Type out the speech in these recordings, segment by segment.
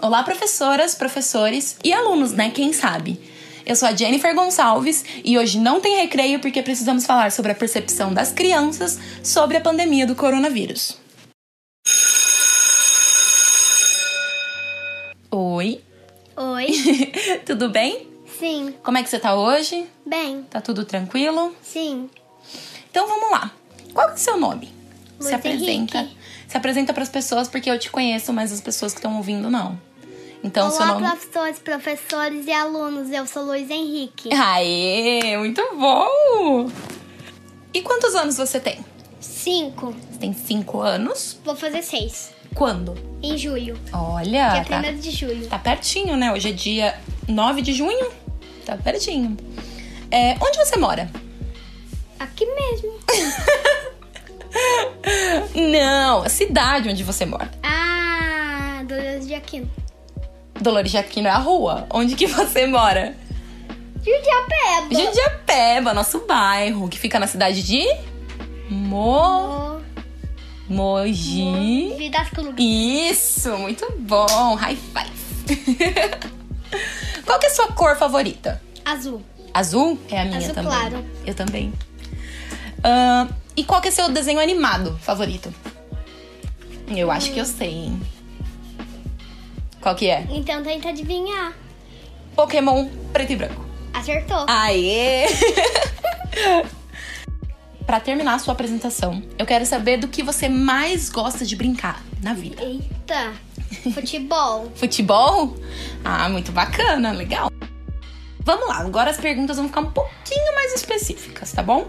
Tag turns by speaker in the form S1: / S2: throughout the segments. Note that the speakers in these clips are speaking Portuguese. S1: Olá, professoras, professores e alunos, né? Quem sabe? Eu sou a Jennifer Gonçalves e hoje não tem recreio porque precisamos falar sobre a percepção das crianças sobre a pandemia do coronavírus. Oi,
S2: Oi.
S1: tudo bem?
S2: Sim.
S1: Como é que você tá hoje?
S2: Bem.
S1: Tá tudo tranquilo?
S2: Sim.
S1: Então vamos lá. Qual que é o seu nome?
S2: Luiz
S1: se apresenta.
S2: Henrique.
S1: Se apresenta pras pessoas porque eu te conheço, mas as pessoas que estão ouvindo não. Então seu
S2: Olá,
S1: nome
S2: professores, professores e alunos. Eu sou Luiz Henrique.
S1: Aê, muito bom! E quantos anos você tem?
S2: Cinco.
S1: Você tem cinco anos?
S2: Vou fazer seis.
S1: Quando?
S2: Em julho.
S1: Olha,
S2: dia
S1: tá,
S2: 1 de julho.
S1: tá pertinho, né? Hoje é dia 9 de junho. Tá pertinho. É, onde você mora?
S2: Aqui mesmo.
S1: Não, a cidade onde você mora.
S2: Ah, Dolores de Aquino.
S1: Dolores Jaquino é a rua. Onde que você mora?
S2: Judiapeba.
S1: Jundiapeba, nosso bairro, que fica na cidade de Mo...
S2: Oh,
S1: Mogi.
S2: Vidas Clube.
S1: Isso, muito bom. High five. Qual que é a sua cor favorita?
S2: Azul.
S1: Azul? É a minha
S2: Azul
S1: também.
S2: claro.
S1: Eu também. Ahn, e qual que é seu desenho animado favorito? Eu acho que eu sei, hein? Qual que é?
S2: Então tenta adivinhar.
S1: Pokémon preto e branco.
S2: Acertou.
S1: Ah. Aê! Pra terminar a sua apresentação, eu quero saber do que você mais gosta de brincar na vida.
S2: Eita. Futebol.
S1: Futebol? Ah, muito bacana, legal. Vamos lá, agora as perguntas vão ficar um pouquinho mais específicas, tá bom?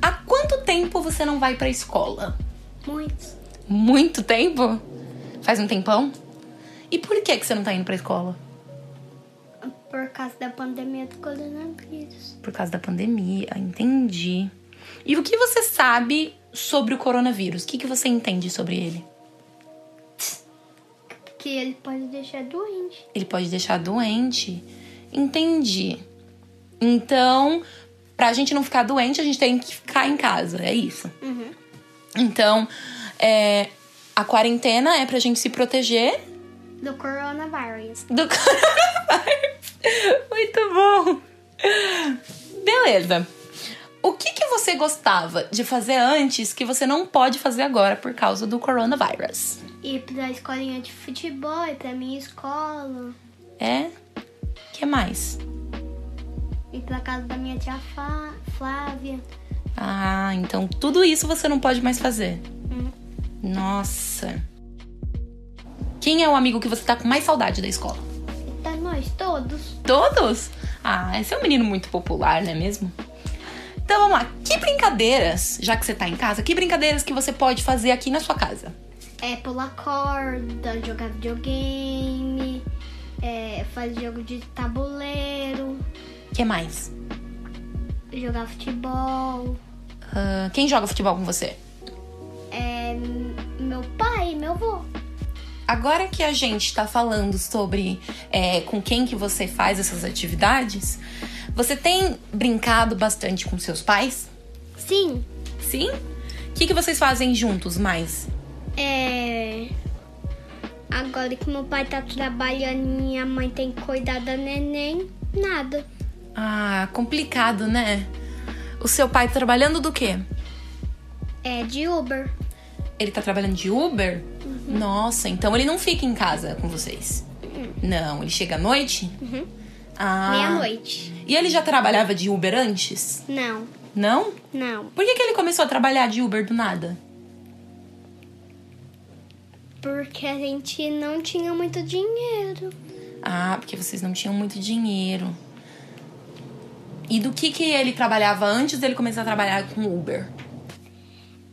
S1: Há quanto tempo você não vai pra escola?
S2: Muitos.
S1: Muito tempo? Faz um tempão? E por que que você não tá indo pra escola?
S2: Por causa da pandemia do coronavírus.
S1: Por causa da pandemia, entendi. E o que você sabe sobre o coronavírus? O que, que você entende sobre ele?
S2: Que ele pode deixar doente.
S1: Ele pode deixar doente? Entendi. Então, pra gente não ficar doente, a gente tem que ficar em casa, é isso.
S2: Uhum.
S1: Então, é, a quarentena é pra gente se proteger
S2: Do coronavírus.
S1: do coronavírus. Muito bom. Beleza. O que, que você gostava de fazer antes que você não pode fazer agora por causa do coronavírus?
S2: Ir pra escolinha de futebol, ir pra minha escola,
S1: É? O que mais?
S2: ir pra casa da minha tia Fá- Flávia.
S1: Ah, então tudo isso você não pode mais fazer.
S2: Hum.
S1: Nossa. Quem é o amigo que você tá com mais saudade da escola?
S2: E tá nós todos.
S1: Todos? Ah, esse é um menino muito popular, não é mesmo? Então vamos lá. Que brincadeiras, já que você tá em casa, que brincadeiras que você pode fazer aqui na sua casa?
S2: É pular corda, jogar videogame, é, fazer jogo de tabuleiro,
S1: que mais?
S2: jogar futebol.
S1: Ah, quem joga futebol com você?
S2: É, m- meu pai, meu avô.
S1: Agora que a gente tá falando sobre é, com quem que você faz essas atividades, você tem brincado bastante com seus pais?
S2: Sim.
S1: Sim? O que, que vocês fazem juntos mais?
S2: É. Agora que meu pai tá trabalhando e minha mãe tem que cuidar da neném, nada.
S1: Ah, complicado, né? O seu pai tá trabalhando do quê?
S2: É de Uber.
S1: Ele tá trabalhando de Uber? Nossa, então ele não fica em casa com vocês? Não, ele chega à noite? Ah.
S2: Meia-noite.
S1: E ele já trabalhava de Uber antes?
S2: Não,
S1: Não?
S2: não.
S1: Por que, que ele começou a trabalhar de Uber do nada?
S2: Porque a gente não tinha muito dinheiro.
S1: Ah, porque vocês não tinham muito dinheiro. E do que, que ele trabalhava antes dele começar a trabalhar com Uber?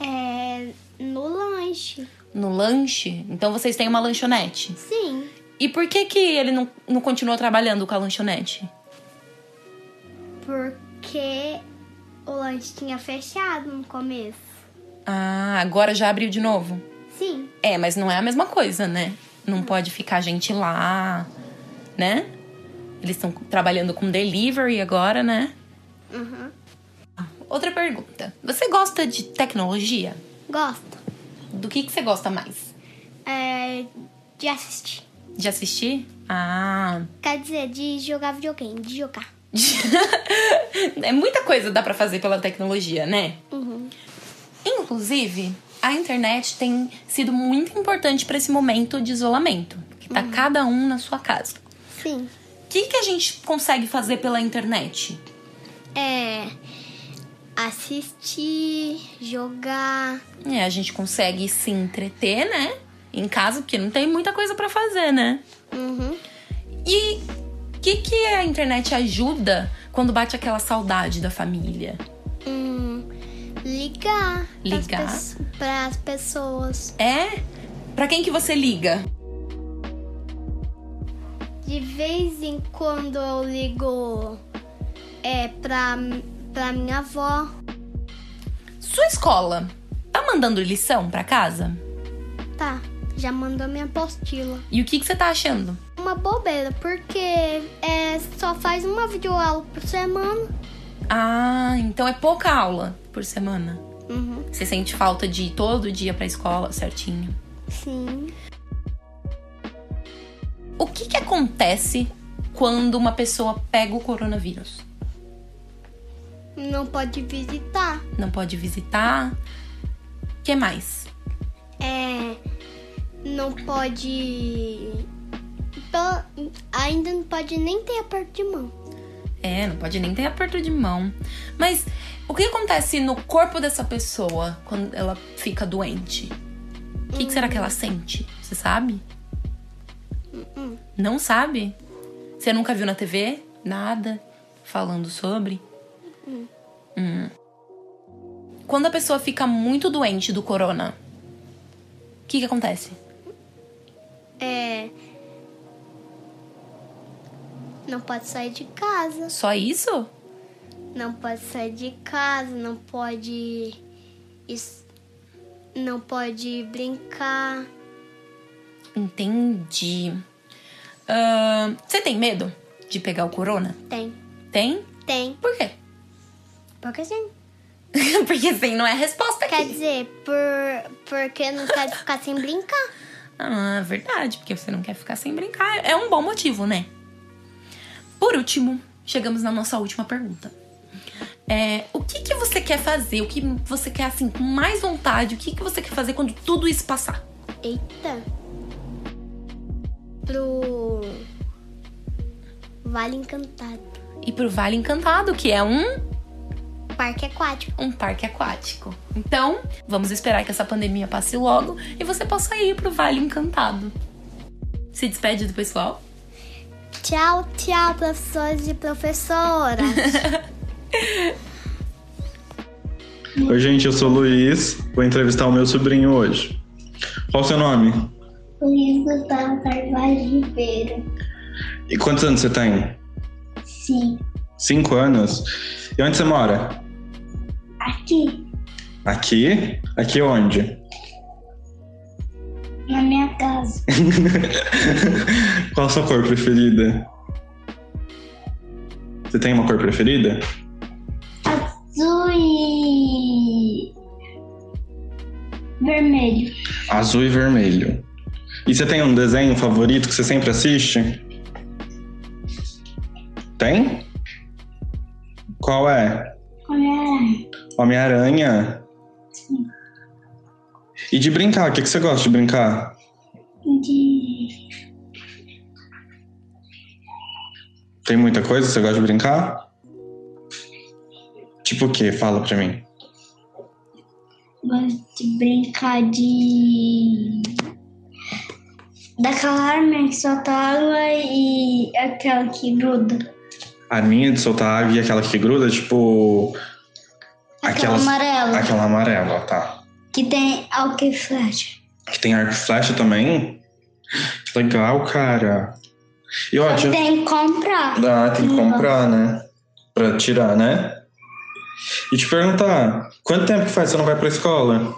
S2: É. No lanche.
S1: No lanche? Então vocês têm uma lanchonete.
S2: Sim.
S1: E por que que ele não, não continuou trabalhando com a lanchonete?
S2: Porque o lanche tinha fechado no começo.
S1: Ah, agora já abriu de novo?
S2: Sim.
S1: É, mas não é a mesma coisa, né? Não pode ficar gente lá, né? Eles estão trabalhando com delivery agora, né?
S2: Uhum.
S1: Outra pergunta. Você gosta de tecnologia?
S2: Gosto.
S1: Do que, que você gosta mais?
S2: É. De assistir.
S1: De assistir? Ah.
S2: Quer dizer, de jogar videogame, de jogar.
S1: é muita coisa dá pra fazer pela tecnologia, né?
S2: Uhum.
S1: Inclusive, a internet tem sido muito importante pra esse momento de isolamento, que tá cada um na sua casa.
S2: Sim.
S1: O que, que a gente consegue fazer pela internet?
S2: É. Assistir, jogar.
S1: É, a gente consegue se entreter, né? Em casa, porque não tem muita coisa pra fazer, né?
S2: Uhum.
S1: E o que, que a internet ajuda quando bate aquela saudade da família?
S2: Hum, ligar.
S1: Ligar?
S2: Pras, pe- pras pessoas.
S1: É? Pra quem que você liga?
S2: De vez em quando eu ligo é, pra, pra minha avó.
S1: Sua escola tá mandando lição pra casa?
S2: Tá, já mandou minha apostila.
S1: E o que, que você tá achando?
S2: Uma bobeira, porque é, só faz uma videoaula por semana.
S1: Ah, então é pouca aula por semana.
S2: Uhum.
S1: Você sente falta de ir todo dia pra escola certinho?
S2: Sim.
S1: O que, que acontece quando uma pessoa pega o coronavírus?
S2: Não pode visitar.
S1: Não pode visitar? O que mais?
S2: É. Não pode. Pela- Ainda não pode nem ter aperto de mão.
S1: É, não pode nem ter aperto de mão. Mas o que acontece no corpo dessa pessoa quando ela fica doente? O que, que será que ela sente? Você sabe? Não sabe? Você nunca viu na TV nada falando sobre? Hum. Quando a pessoa fica muito doente do corona, o que, que acontece?
S2: É. Não pode sair de casa.
S1: Só isso?
S2: Não pode sair de casa. Não pode. es- Não pode brincar.
S1: Entendi. Ahn, você tem medo de pegar o corona?
S2: Tem.
S1: Tem?
S2: Tem.
S1: Por quê?
S2: Porque sim.
S1: Porque assim, não é a resposta
S2: Quer
S1: aqui.
S2: dizer, por... porque não pode ficar sem brincar.
S1: Ah, verdade, porque você não quer ficar sem brincar. É um bom motivo, né? Por último, chegamos na nossa última pergunta. É, o que, que você quer fazer? O que você quer, assim, com mais vontade? O que, que você quer fazer quando tudo isso passar?
S2: Eita. Pro. Vale Encantado.
S1: E pro Vale Encantado, que é um
S2: Parque é aquático.
S1: um parque aquático. Então, vamos esperar que essa pandemia passe logo e você possa ir pro Vale Encantado. Se despede do pessoal.
S2: Tchau, tchau, professores e professoras.
S3: Oi, gente, eu sou o Luiz. Vou entrevistar o meu sobrinho hoje. Qual o seu nome?
S4: Luiz Gustavo Carvalho Ribeiro.
S3: E quantos anos você tem?
S4: Sim.
S3: Cinco anos? E onde você mora?
S4: Aqui,
S3: Aqui? Aqui onde?
S4: na minha casa.
S3: Qual a sua cor preferida? Você tem uma cor preferida?
S4: Azul e. Vermelho.
S3: Azul e vermelho. E você tem um desenho favorito que você sempre assiste? Tem? Qual é?
S4: Homem-Aranha.
S3: Homem-Aranha? E de brincar, o que, que você gosta de brincar?
S4: De.
S3: Tem muita coisa que você gosta de brincar? Tipo o que? Fala pra mim.
S4: Gosto de brincar de. Daquela arma que solta água e aquela que gruda.
S3: A minha de soltar água e aquela que gruda, tipo.
S4: Aquela
S3: Aquelas-
S4: amarela.
S3: Aquela amarela, tá.
S4: Que tem alque flash.
S3: Que tem arco e flecha também? Que legal, cara. E ó, deixa-
S4: Tem que comprar.
S3: Ah, tem que
S4: Não.
S3: comprar, né? Pra tirar, né? E te perguntar, quanto tempo que faz que você não vai pra escola?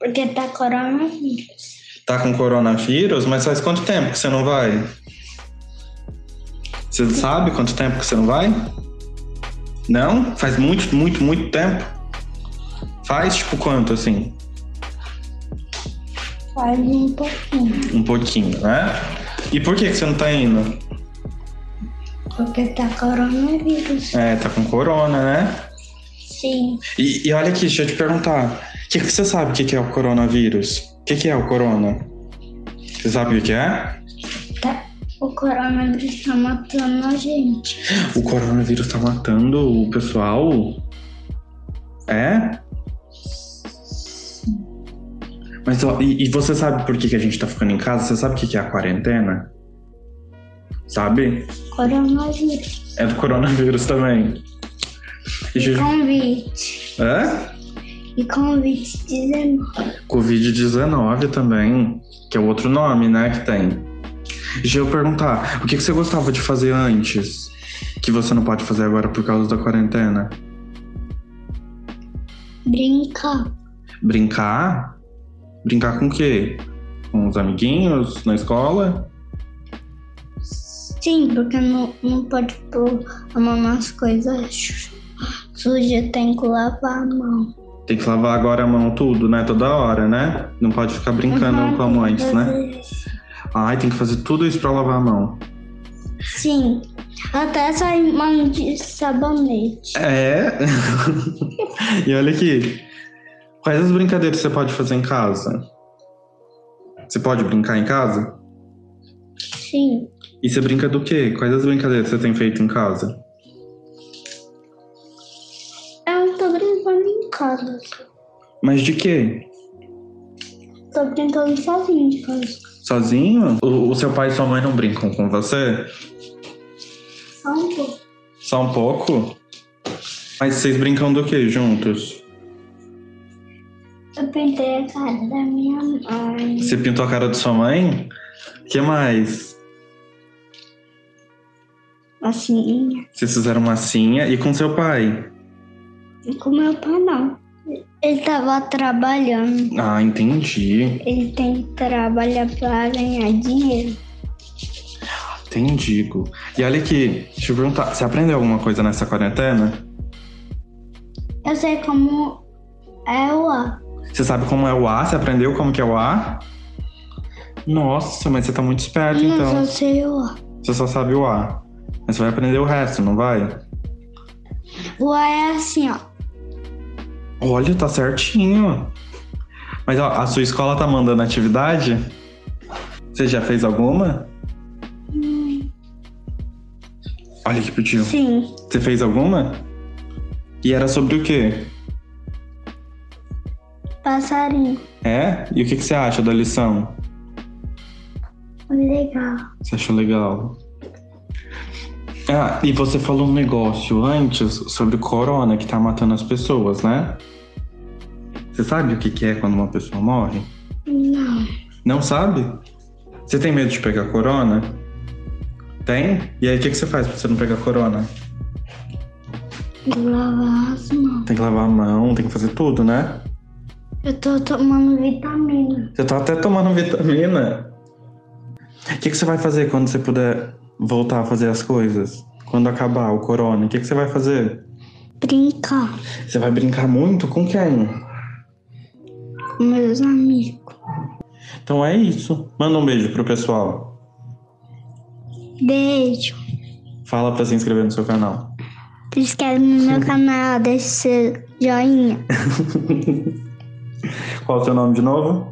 S4: Porque tá coronavírus.
S3: tá com coronavírus, mas faz quanto tempo que você não vai? Você sabe quanto tempo que você não vai? Não? Faz muito, muito, muito tempo? Faz tipo quanto assim?
S4: Faz Faz um pouquinho.
S3: Um pouquinho, né? E por que, que você não tá indo?
S4: Porque tá coronavírus.
S3: É, tá com corona, né?
S4: Sim.
S3: E, e olha aqui, deixa eu te perguntar. O que, que você sabe o que, que é o coronavírus? O que, que é o corona? Você sabe o que, que é?
S4: Tá. O coronavírus tá matando a gente.
S3: O coronavírus tá matando o pessoal? É? Mas ó, e, e você sabe por que, que a gente tá ficando em casa? Você sabe o que, que é a quarentena? Sabe?
S4: Coronavírus.
S3: É do coronavírus também. E
S4: E
S3: ju-
S4: convite.
S3: Hã?
S4: E convite dizendo.
S3: Covid-19 também, que é o outro nome, né, que tem. Deixa eu perguntar, o que, que você gostava de fazer antes? Que você não pode fazer agora por causa da quarentena?
S4: Brincar.
S3: Brincar? Brincar com o quê? Com os amiguinhos na escola?
S4: Sim, porque não, não pode pôr a mão nas coisas su- sujas. Tem que lavar a mão.
S3: Tem que lavar agora a mão tudo, né? Toda hora, né? Não pode ficar brincando
S4: Uhum,
S3: com a mão antes, né?
S4: fazer isso.
S3: Ai, tem que fazer tudo isso pra lavar a mão.
S4: Sim. Até sai mão de sabonete.
S3: É. e olha aqui. Quais as brincadeiras você pode fazer em casa? Você pode brincar em casa?
S4: Sim.
S3: E você brinca do quê? Quais as brincadeiras você tem feito em casa?
S4: Eu não tô brincando em casa.
S3: Mas de quê?
S4: Tô brincando sozinho de casa.
S3: Sozinho? O, o seu pai e sua mãe não brincam com você?
S4: Só um pouco.
S3: Só um pouco? Mas vocês brincam do quê juntos?
S4: Eu pintei a cara da minha mãe.
S3: Você pintou a cara de sua mãe? O que mais?
S4: Assim,
S3: Vocês fizeram massinha e com seu pai?
S4: com meu pai não. Ele tava trabalhando.
S3: Ah, entendi.
S4: Ele tem que trabalhar pra ganhar dinheiro.
S3: Entendi. Gu. E olha aqui, deixa eu perguntar, você aprendeu alguma coisa nessa quarentena?
S4: Eu sei como é o A.
S3: Você sabe como é o A? Você aprendeu como que é o A? Nossa, mas você tá muito esperto,
S4: Mas eu
S3: então.
S4: sei o A.
S3: Você só sabe o A. Mas você vai aprender o resto, não vai?
S4: O A é assim, ó.
S3: Olha, tá certinho. Mas ó, a sua escola tá mandando atividade? Você já fez alguma? Olha que pediu.
S4: Sim.
S3: Você fez alguma? E era sobre o quê?
S4: Passarinho.
S3: É? E o que que você acha da lição?
S4: Legal.
S3: Você achou legal? Ah, e você falou um negócio antes sobre o corona que tá matando as pessoas, né? Você sabe o que que é quando uma pessoa morre?
S4: Não.
S3: Não sabe? Você tem medo de pegar corona? Tem? E aí, o que, que você faz pra você não pegar corona?
S4: Lavar as mãos.
S3: Tem que lavar a mão, tem que fazer tudo, né?
S4: Eu tô tomando vitamina.
S3: Você tá até tomando vitamina. O que, que você vai fazer quando você puder voltar a fazer as coisas? Quando acabar o corona, o que, que você vai fazer?
S4: Brincar
S3: Você vai brincar muito com quem?
S4: com meus amigos.
S3: Então é isso. Manda um beijo pro pessoal.
S4: Beijo.
S3: Fala pra se inscrever no seu canal.
S4: Se inscreve no meu canal, deixa seu joinha.
S3: Qual o seu nome de novo?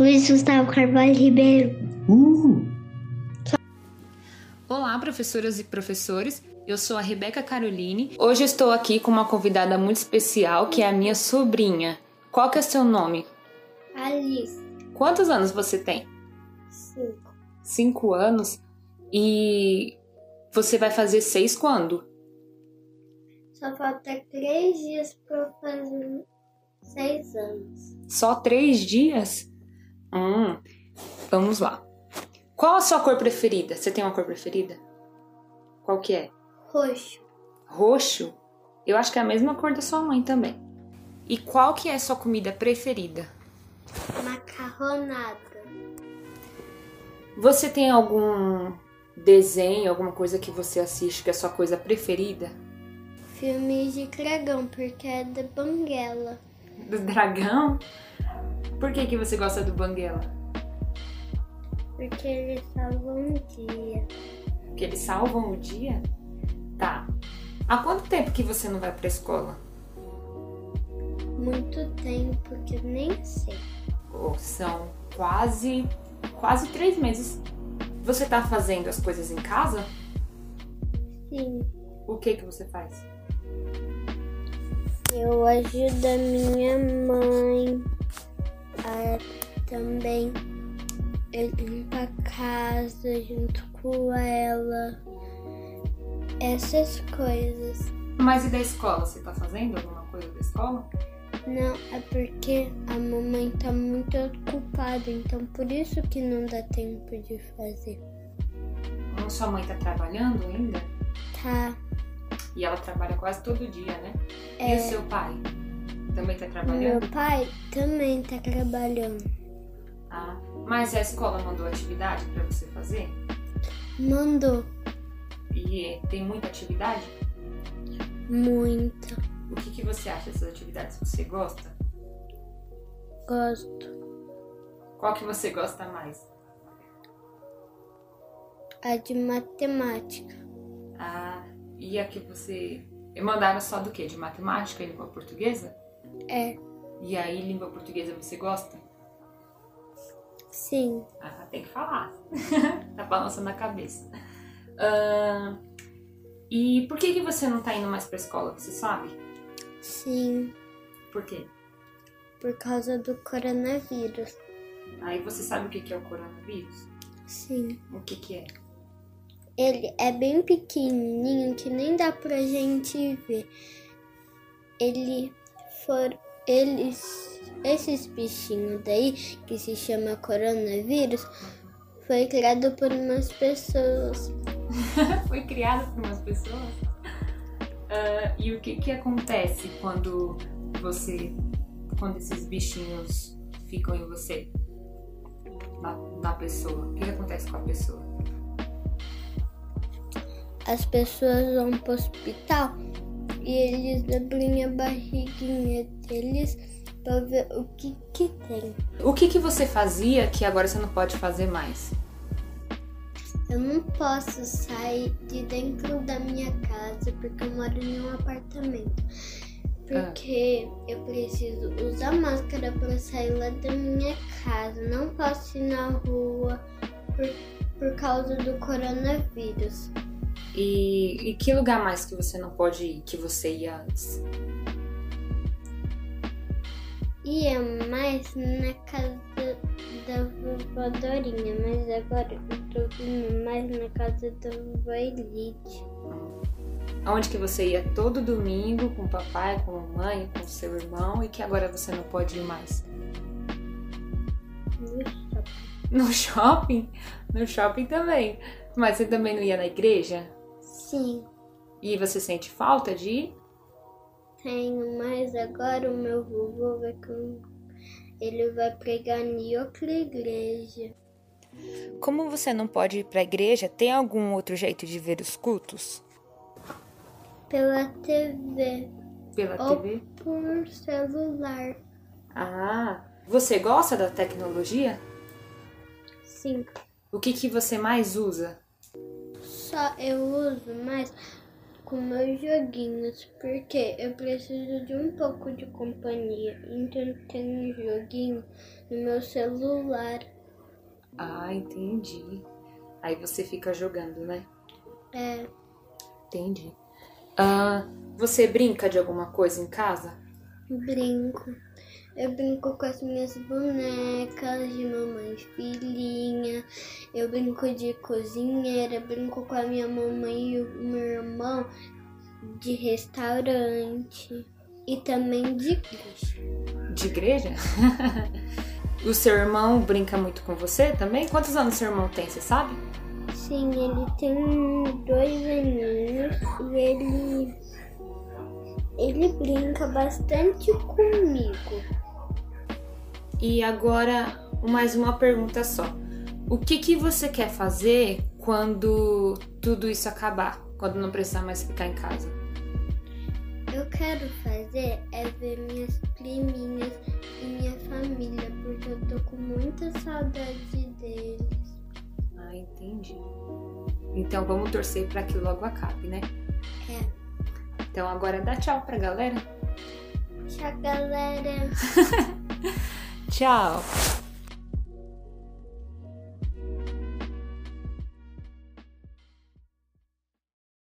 S4: Luiz Gustavo Carvalho Ribeiro.
S3: Uh!
S5: Olá, professoras e professores. Eu sou a Rebeca Caroline. Hoje estou aqui com uma convidada muito especial, que é a minha sobrinha. Qual que é seu nome?
S2: Alice,
S5: Quantos anos você tem?
S2: cinco.
S5: Cinco anos. E você vai fazer seis quando?
S2: Só falta três dias pra eu fazer seis anos.
S5: Só três dias? Hum, vamos lá. Qual a sua cor preferida? Você tem uma cor preferida? Qual que é?
S2: Roxo,
S5: Roxo? Eu acho que é a mesma cor da sua mãe também. E qual que é a sua comida preferida?
S2: macarronada.
S5: Você tem algum desenho, alguma coisa que você assiste que é a sua coisa preferida?
S2: Filmes de dragão, porque é da banguela.
S5: Do dragão? Por que, que você gosta do Banguela?
S4: Porque ele salvou um dia.
S5: Porque eles salvam o dia? Tá. Há quanto tempo que você não vai pra escola?
S4: Muito tempo que eu nem sei.
S5: Ou são quase. quase três meses. Você tá fazendo as coisas em casa?
S4: Sim.
S5: O que que você faz?
S4: Eu ajudo a minha mãe a também eu limpo a casa junto com ela. Essas coisas.
S5: Mas e da escola? Você tá fazendo alguma coisa da escola?
S4: Não, é porque a mamãe tá muito ocupada, então por isso que não dá tempo de fazer.
S5: Hum, Sua mãe tá trabalhando ainda?
S4: Tá,
S5: E ela trabalha quase todo dia, né? E
S4: É.
S5: o seu pai? Também tá
S4: meu
S5: trabalhando?
S4: pai também tá trabalhando.
S5: Ah, mas a escola mandou atividade pra você fazer?
S4: Mandou
S5: E tem muita atividade?
S4: muito,
S5: O que, que você acha dessas atividades? Você gosta?
S4: gosto.
S5: Qual que você gosta mais?
S4: A de matemática,
S5: Ah, e a que você. e Mandaram só do quê? De matemática e língua portuguesa?
S4: É.
S5: E aí, língua portuguesa você gosta?
S4: sim.
S5: Ah, tem que falar. tá balançando a cabeça. Ah, e por que, que você não tá indo mais pra escola? Você sabe?
S4: Sim,
S5: Por quê?
S4: por causa do coronavírus.
S5: Aí você sabe o que, que é o coronavírus?
S4: Sim.
S5: O que, que é?
S4: Ele é bem pequenininho que nem dá pra gente ver. Ele for eles esses bichinhos daí que se chama coronavírus foi criado por umas pessoas.
S5: Foi criado por umas pessoas. Ah, e o que, que acontece quando você. quando esses bichinhos ficam em você? Na, na pessoa? O que, que acontece com a pessoa?
S4: As pessoas vão pro hospital e eles abrem a barriguinha deles pra ver o que que tem.
S5: O que, que você fazia que agora você não pode fazer mais?
S4: Eu não posso sair de dentro da minha casa porque eu moro em um apartamento. Porque eu preciso usar máscara para sair lá da minha casa. Não posso ir na rua por, por causa do coronavírus.
S5: E, e que lugar mais que você não pode ir, que você ia antes?
S4: E é mais na casa da vovó Dorinha, mas agora eu tô indo mais na casa da vovó Elite.
S5: Onde que você ia todo domingo com o papai, com a mamãe, com o seu irmão e que agora você não pode ir mais?
S4: No shopping.
S5: No shopping? No shopping também. Mas você também não ia na igreja?
S4: Sim.
S5: E você sente falta de ir?
S4: Tenho, mas agora o meu vovô vai com... Ele vai pregar em outra igreja.
S5: Como você não pode ir pra igreja, tem algum outro jeito de ver os cultos?
S4: Pela TV
S5: Pela
S4: Oh.
S5: TV?
S4: por celular.
S5: Ah, você gosta da tecnologia?
S4: Sim.
S5: O que, que você mais usa?
S4: Só eu uso mais com meus joguinhos. Porque eu preciso de um pouco de companhia. Então eu tenho um joguinho no meu celular.
S5: Ah, entendi. Aí você fica jogando, né?
S4: É,
S5: Entendi. Ah, você brinca de alguma coisa em casa?
S4: brinco. Eu brinco com as minhas bonecas de mamãe filhinha. Eu brinco de cozinheira. Brinco com a minha mamãe e o meu irmão de restaurante. E também de igreja.
S5: De igreja? o seu irmão brinca muito com você também? Quantos anos seu irmão tem, você sabe?
S4: Sim, ele tem dois aninhos e ele. Ele brinca bastante comigo.
S5: E agora, mais uma pergunta só. O que, que você quer fazer quando tudo isso acabar? Quando não precisar mais ficar em casa?
S4: Eu quero fazer é ver minhas priminhas e minha família, porque eu tô com muita saudade deles.
S5: Ah, Entendi. Então vamos torcer pra que logo acabe, né?
S4: É.
S5: Então agora dá tchau pra galera.
S4: Tchau, galera.
S5: Tchau!